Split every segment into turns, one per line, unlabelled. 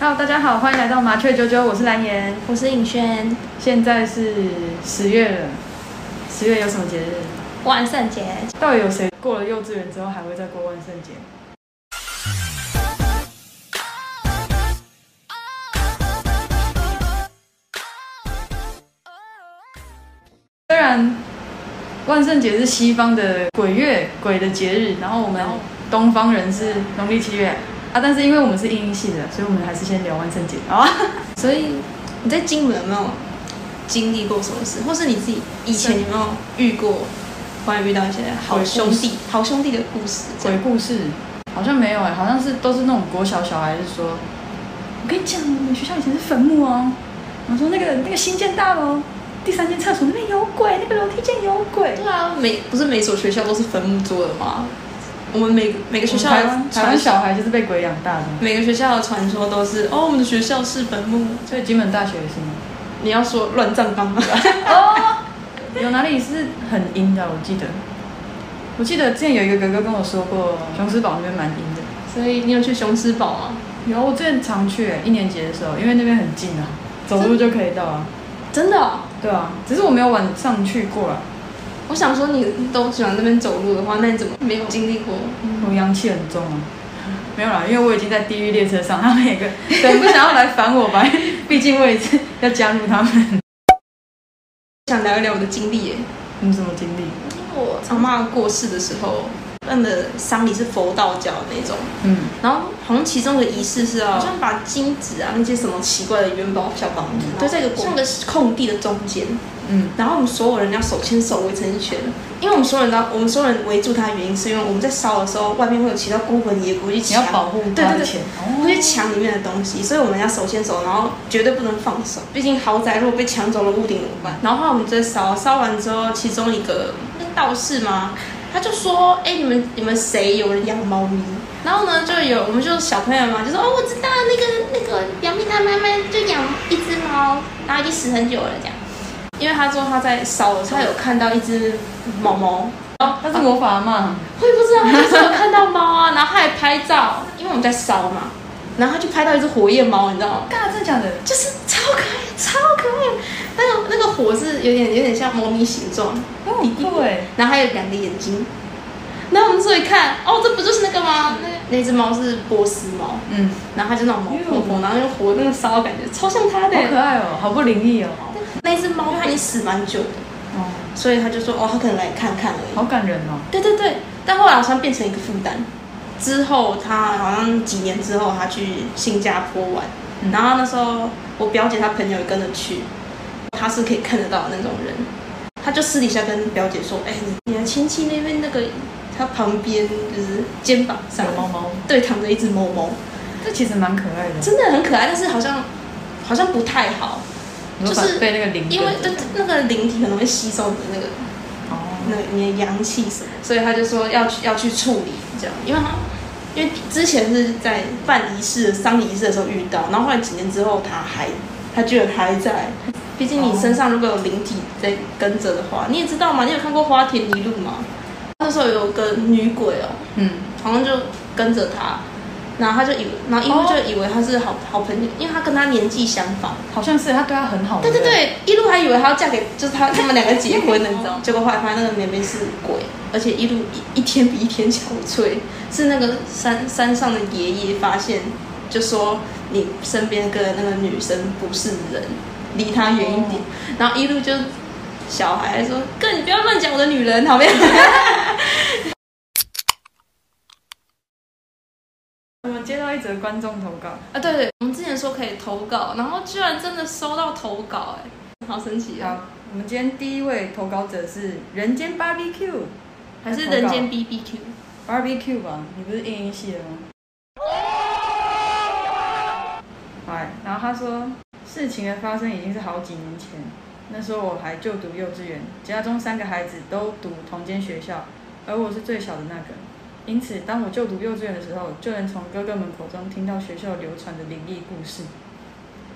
Hello，大家好，欢迎来到麻雀啾啾，我是蓝颜。
我是尹轩，
现在是十月了，十月有什么节日？
万圣节
到底有谁过了幼稚园之后还会再过万圣节？虽然万圣节是西方的鬼月鬼的节日，然后我们
然后
东方人是农历七月啊，但是因为我们是阴历系的，所以我们还是先聊万圣节啊。
所以你在金门有没有经历过什么事，或是你自己以前有没有遇过，关于遇到一些好兄
鬼
弟、好兄弟的故事？这
鬼
样
故事好像没有哎、好像是都是那种国小小孩就说，我跟你讲，我们学校以前是坟墓哦。我说那个那个新建大楼第三间厕所那边有鬼，那个楼梯间有鬼。
对啊，每不是每所学校都是坟墓做的吗？我们每每个学校
台
的
湾台
传
湾小孩就是被鬼养大的，
每个学校的传说都是哦，我们的学校是坟墓。
所以金门大学也是吗？
你要说乱葬 岗吗？
哦，有哪里是很阴的？我记得，我记得之前有一个哥哥跟我说过，雄狮堡那边蛮阴的。
所以你有去雄狮堡吗？
有，我之前常去、欸，一年级的时候，因为那边很近啊，走路就可以到啊。
真的哦、
对啊，只是我没有晚上去过啊。
我想说你都喜欢那边走路的话，那你怎么没有经历过？
我阳气很重啊。没有啦，因为我已经在地狱列车上，他们也个 可能不想要来烦我吧， 毕竟我也是要加入他们。
想聊一聊我的经历耶。
你什么经历？
我阿妈过世的时候，办的丧礼是佛道教的那种，
嗯，
然后好像其中一个仪式是要，好像把金纸啊那些什么奇怪的元宝啊小房子，
嗯
对，在一个像个空地的中间，
嗯，
然后我们所有人要手牵手围成一圈，因为我们所有人都要，我们所有人围住它的原因是因为我们在烧的时候，外面会有其他孤魂野鬼去
你要
抢，
保护
对
他
对
的
对
钱，
会去抢里面的东西，所以我们要手牵手，然后绝对不能放手。毕竟豪宅如果被抢走了屋顶怎么办？然后后来我们在烧，烧完之后，其中一个那个道士嘛，他就说：“哎、你们你们谁有人养猫咪？”然后呢，就有我们就小朋友嘛，就说：“哦，我知道那个那个杨幂她妈妈就养一只猫，然后已经死很久了这样。”因为他说他在烧的时候，他有看到一只猫猫，
哦，他是魔法嘛？
我也不知道，他就是有看到猫啊，然后他还拍照，因为我们在烧嘛，然后他就拍到一只火焰猫，你知道吗？
嘎，真的假的？
就是超可爱，超可爱。那个那个火是有点有点像猫咪形状，
哦，很酷哎，
然后还有两个眼睛。然后我们这一看，哦，这不就是那个吗？那那只猫是波斯猫，
嗯，
然后它就那种毛蓬蓬，然后又活那个烧，感觉超像它的。
好可爱哦，好不灵异哦，
那只猫它已经死蛮久的，
哦，
所以他就说，哦，他可能来看看而已。
好感人哦，
对对对，但后来好像变成一个负担。之后他好像几年之后，他去新加坡玩，
嗯
然后那时候我表姐她朋友也跟着去，他是可以看得到的那种人，他就私底下跟表姐说：“哎、你你的亲戚那边那个，他旁边就是肩膀上
小猫猫，
对躺着一只猫猫，
这其实蛮可爱的，
真的很可爱，但是好像好像不太好，
你说
就是
把被那个灵
因为
跟
嗯对
着
那个灵体很容易吸收你的那个那
哦，
个你的阳气什么，所以他就说要去要去处理这样，因为他因为之前是在办仪式丧礼仪式的时候遇到，然后后来几年之后他还他居然还在，毕竟你身上如果有灵体在跟着的话，你也知道嘛，你有看过花田一路吗？那时候有个女鬼哦、
嗯，
好像就跟着他，然后他就以为，然后一路就以为他是好好朋友，因为他跟他年纪相仿。
好像是他对他很好，
对对
不，
对，一路还以为她要嫁给，就是他他们两个结婚了，你知道吗？结果后来发现那个妹妹是鬼，而且一路一一天比一天憔悴，是那个山山上的爷爷发现，就说你身边跟那个女生不是人，离她远一点，然后一路就小孩还说哥你不要乱讲我的女人，好不好？
我们接到一则观众投稿，
啊对对，我们之前说可以投稿，然后居然真的收到投稿、哎，好神奇啊！
好，我们今天第一位投稿者是人间 BBQ。
还是人间 B B Q。
barbecue 吧，你不是英音系的吗？哎，然后他说，事情的发生已经是好几年前，那时候我还就读幼稚园，家中三个孩子都读同间学校，而我是最小的那个，因此当我就读幼稚园的时候，就能从哥哥们口中听到学校流传的灵异故事。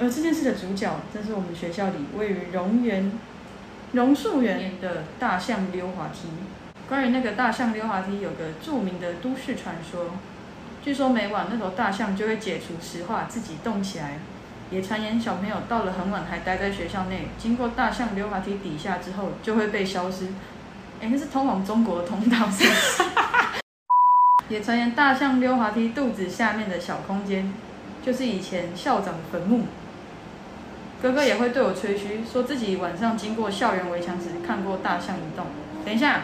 而这件事的主角正是我们学校里位于榕园、榕树园的大象溜滑梯。关于那个大象溜滑梯，有个著名的都市传说。据说每晚那头大象就会解除石化，自己动起来。也传言小朋友到了很晚还待在学校内，经过大象溜滑梯底下之后就会被消失。哎，那是通往中国的通道是不是 也传言大象溜滑梯肚子下面的小空间，就是以前校长的坟墓。哥哥也会对我吹嘘，说自己晚上经过校园围墙时看过大象移动。等一下，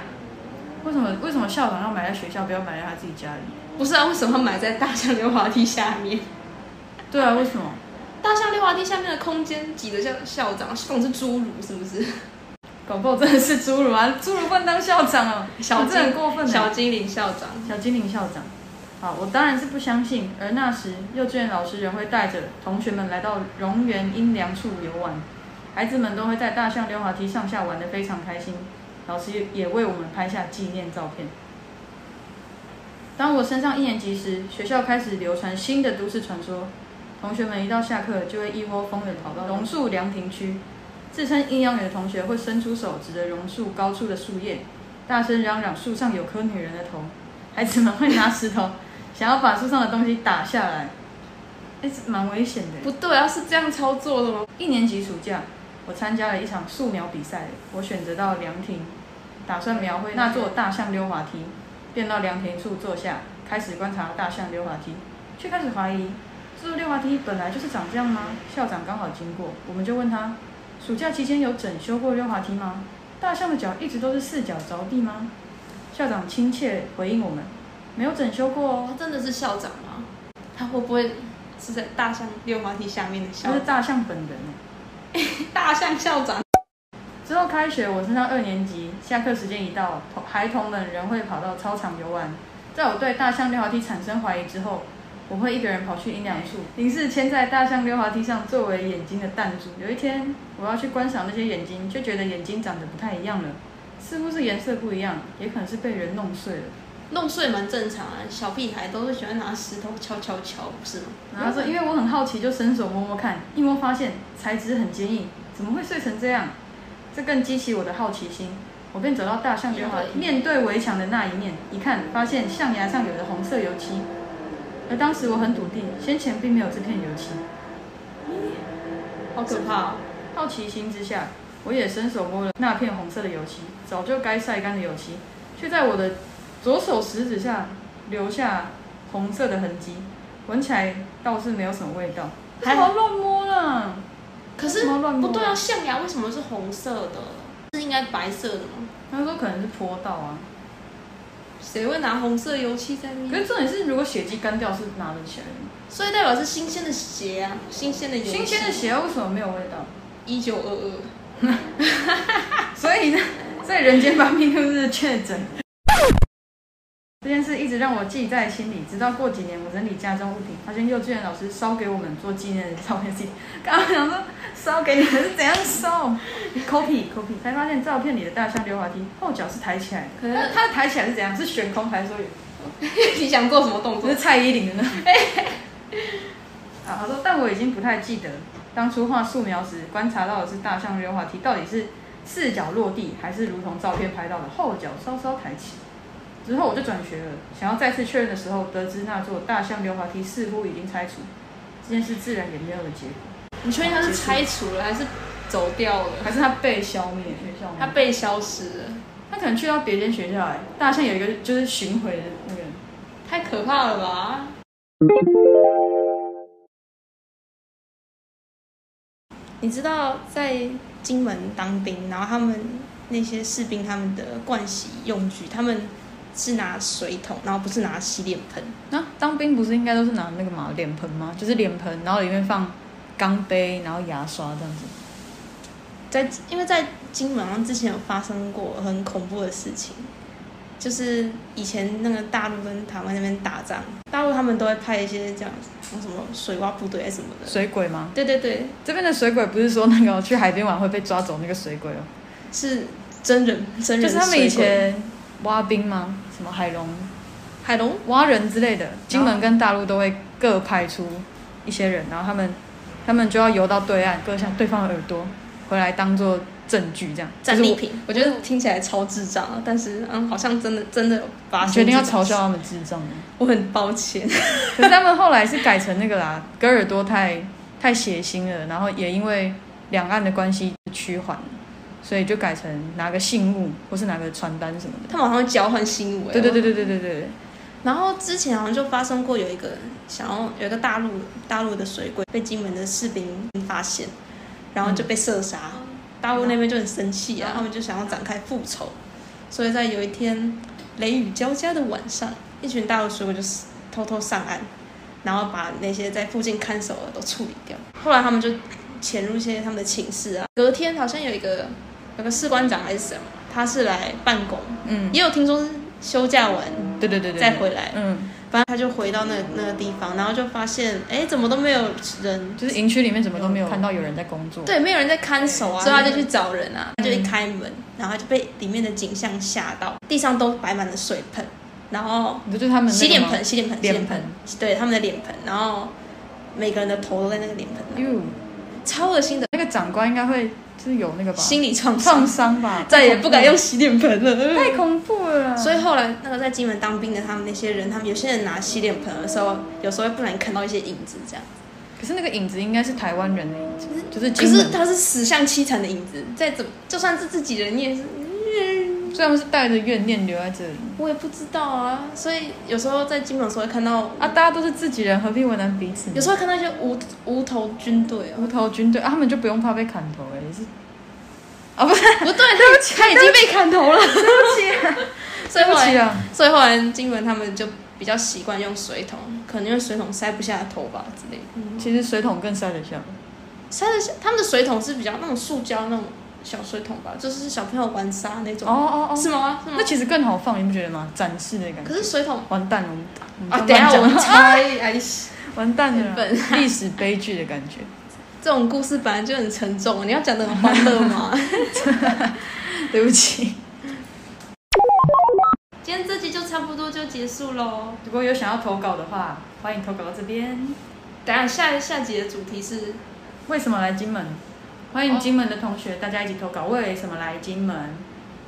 为什么为什么校长要买在学校，不要买在他自己家里？
不是啊，为什么要埋在大象溜滑梯下面？
对啊，为什么？
大象溜滑梯下面的空间挤得像校长，校长是侏儒是不是？
搞不好真的是侏儒啊！侏儒不能当校长哦，
小
这很过分欸
小精灵校长，
小精灵校长。好，我当然是不相信。而那时，幼稚园老师仍会带着同学们来到榕园阴凉处游玩，孩子们都会在大象溜滑梯上下玩得非常开心。老师也也为我们拍下纪念照片。当我升上一年级时，学校开始流传新的都市传说，同学们一到下课就会一窝蜂地跑到榕树凉亭区。自称阴阳眼的同学会伸出手指着榕树高处的树叶，大声嚷嚷树上有颗女人的头。孩子们会拿石头想要把树上的东西打下来，哎、是蛮危险的。
不对啊，是这样操作的吗？
一年级暑假，我参加了一场素描比赛，我选择到凉亭，打算描绘那座大象溜滑梯，便到凉亭处坐下，开始观察大象溜滑梯，却开始怀疑这座溜滑梯本来就是长这样吗？校长刚好经过，我们就问他，暑假期间有整修过溜滑梯吗？大象的脚一直都是四脚着地吗？校长亲切回应我们，没有整修过哦
他，真的是校长吗？他会不会是在大象溜滑梯下面的校
那是大象本人哦呢。
大象校长？
之后开学，我升上二年级，下课时间一到，同孩童们仍会跑到操场游玩。在我对大象溜滑梯产生怀疑之后，我会一个人跑去阴凉处，林氏牵在大象溜滑梯上作为眼睛的弹珠。有一天，我要去观赏那些眼睛，却觉得眼睛长得不太一样了，似乎是颜色不一样，也可能是被人弄碎了。
弄碎蛮正常啊，小屁孩都是喜欢拿石头敲敲敲，不是吗？
然后他说，因为我很好奇，就伸手摸摸看，一摸发现材质很坚硬，怎么会碎成这样？这更激起我的好奇心，我便走到大象溜滑梯，面对围墙的那一面，一看发现象牙上有的红色油漆，而当时我很笃定，先前并没有这片油漆。
好可怕、哦！
好奇心之下，我也伸手摸了那片红色的油漆，早就该晒干的油漆，却在我的左手食指下留下红色的痕迹，闻起来倒是没有什么味道。
还
还好乱摸啦，
可是
为什么乱摸
不对啊，象牙为什么是红色的？是应该白色的吗？
他说可能是泼到啊，
谁会拿红色油漆在那
可
边？
是重点是，如果血迹干掉是拿得起来的。
所以代表是新鲜的鞋啊，新鲜的油漆，
新鲜的鞋为什么没有味道？
一九二二。
所以呢， 在人间八命就是确诊。这件事一直让我记在心里，直到过几年我整理家中物品，发现幼稚园老师烧给我们做纪念的照片是，刚刚想说烧给你们是怎样烧？copy copy，才发现照片里的大象溜滑梯后脚是抬起来的，
可是
那它抬起来是怎样？是悬空还是说有？
你想做什么动
不
作
是？蔡依林的那 种。啊，他说，但我已经不太记得当初画素描时观察到的是大象溜滑梯到底是四脚落地，还是如同照片拍到的后脚稍稍抬起。之后我就转学了，想要再次确认的时候，得知那座大象溜滑梯似乎已经拆除，这件事自然也没有了结果，
你确定它是拆除了还是走掉了？
还是它被消灭学校
它
吗？
被消失了，
他可能去到别间学校哎、大象有一个就是巡回的那个。
太可怕了吧！你知道在金门当兵，然后他们那些士兵他们的盥洗用具，他们是拿水桶，然后不是拿洗脸盆。
那、当兵不是应该都是拿那个嘛脸盆吗？就是脸盆，然后里面放钢杯，然后牙刷这样子。
在因为在金门好像之前有发生过很恐怖的事情，就是以前那个大陆跟台湾那边打仗，大陆他们都会派一些这样什么什么水洼部队还是什么的，
水鬼吗？
对对对，
这边的水鬼不是说那个去海边玩会被抓走那个水鬼哦，
是真人真
就
人水鬼，
是他们以前挖冰吗？什么海龙、
海龙
挖人之类的，金门跟大陆都会各派出一些人，然后他们他们就要游到对岸，割下对方的耳朵，回来当做证据，这样
战利。
就是
品。我觉得听起来超智障啊，但是嗯，好像真的真的有
我
发
你
生。
决定要嘲笑，他们智障吗？
我很抱歉。
可是他们后来是改成那个啦，戈尔多太太血腥了，然后也因为两岸的关系趋缓，所以就改成拿个信物或是拿个传单什么的。
他们好像会交换新闻。
对对对对对对对对，
然后之前好像就发生过有一个想要有一个大陆大陆的水鬼被金门的士兵发现，然后就被射杀。
嗯
大陆那边就很生气啊，他们就想要展开复仇，所以在有一天雷雨交加的晚上，一群大陆水鬼就是偷偷上岸，然后把那些在附近看守的都处理掉。后来他们就潜入一些他们的寝室啊。隔天好像有一个有个士官长还是什么，他是来办公，
嗯，
也有听说是休假完
对对对对，
再
对
回来。
嗯，
反正他就回到那那个地方，然后就发现，哎，怎么都没有人，
就是营区里面怎么都没有看到有人在工作。
对，没有人在看守啊，所以他就去找人啊，他就一开门，然后他就被里面的景象吓到，地上都摆满了水盆，然后
你就是他们那个
洗脸
吗
盆、，洗脸盆、洗
脸
脸盆，对，他们的脸盆，然后每个人的头都在那个脸盆上，
哟，
超恶心的，
那个长官应该会就是有那个吧，
心理创
创
伤，
伤吧，
再也不敢用洗脸盆了。
太恐怖了。
所以后来那个在金门当兵的他们那些人，他们有些人拿洗脸盆的时候，有时候会不然看到一些影子这样。
可是那个影子应该是台湾人的影子，就是
可
金
是
门，
他是死相凄惨的影子，再怎么就算是自己人，你也是，嗯
所以他们是带着怨念留在这里。
我也不知道啊。所以有时候在金门的时候会看到
啊，
啊，
大家都是自己人，何必为难彼此呢？
有时候会看到一些无无头军队
无
哦，
头军队、啊，他们就不用怕被砍头欸了，也是。啊，不是，
不对，对不起，他已 经被砍头了，对不起。所以
对不
后
起
来，
啊，
所以后来金门他们就比较习惯用水桶，可能因为水桶塞不下头发之类的，
其实水桶更塞得下。
塞得下。他们的水桶是比较那种塑胶那种小水桶吧，就是小朋友玩沙那
哦
种，
哦哦，
是吗？是吗
那？其实更好放，你不觉得吗？展示的感觉。
可是水桶
完蛋了，我们
啊，
我们
等一下
乱讲
我们猜，哎。
完蛋
很
了
笨，
历史悲剧的感觉。
这种故事本来就很沉重，你要讲的很欢乐嘛。
对不起。
今天这集就差不多就结束喽。
如果有想要投稿的话，欢迎投稿到这边。
等一下下下集的主题是
为什么来金门？欢迎金门的同学，大家一起投稿为什么来金门。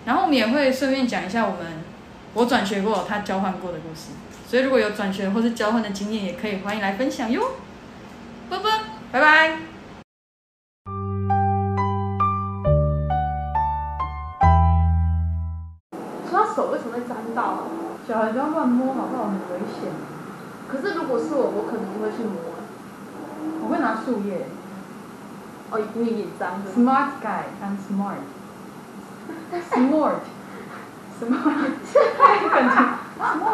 然后我们也会顺便讲一下我们我转学过，他交换过的故事。所以如果有转学或是交换的经验，也可以欢迎来分享哟。
拜拜。
拜拜。
说他手为什么会沾到啊？
小孩不要乱摸，好不好？很危险。
可是如果是我，我可能会去摸。
我会拿树叶。
哦，你也脏的。
Smart guy, I'm smart. Smart. Smart. 什么？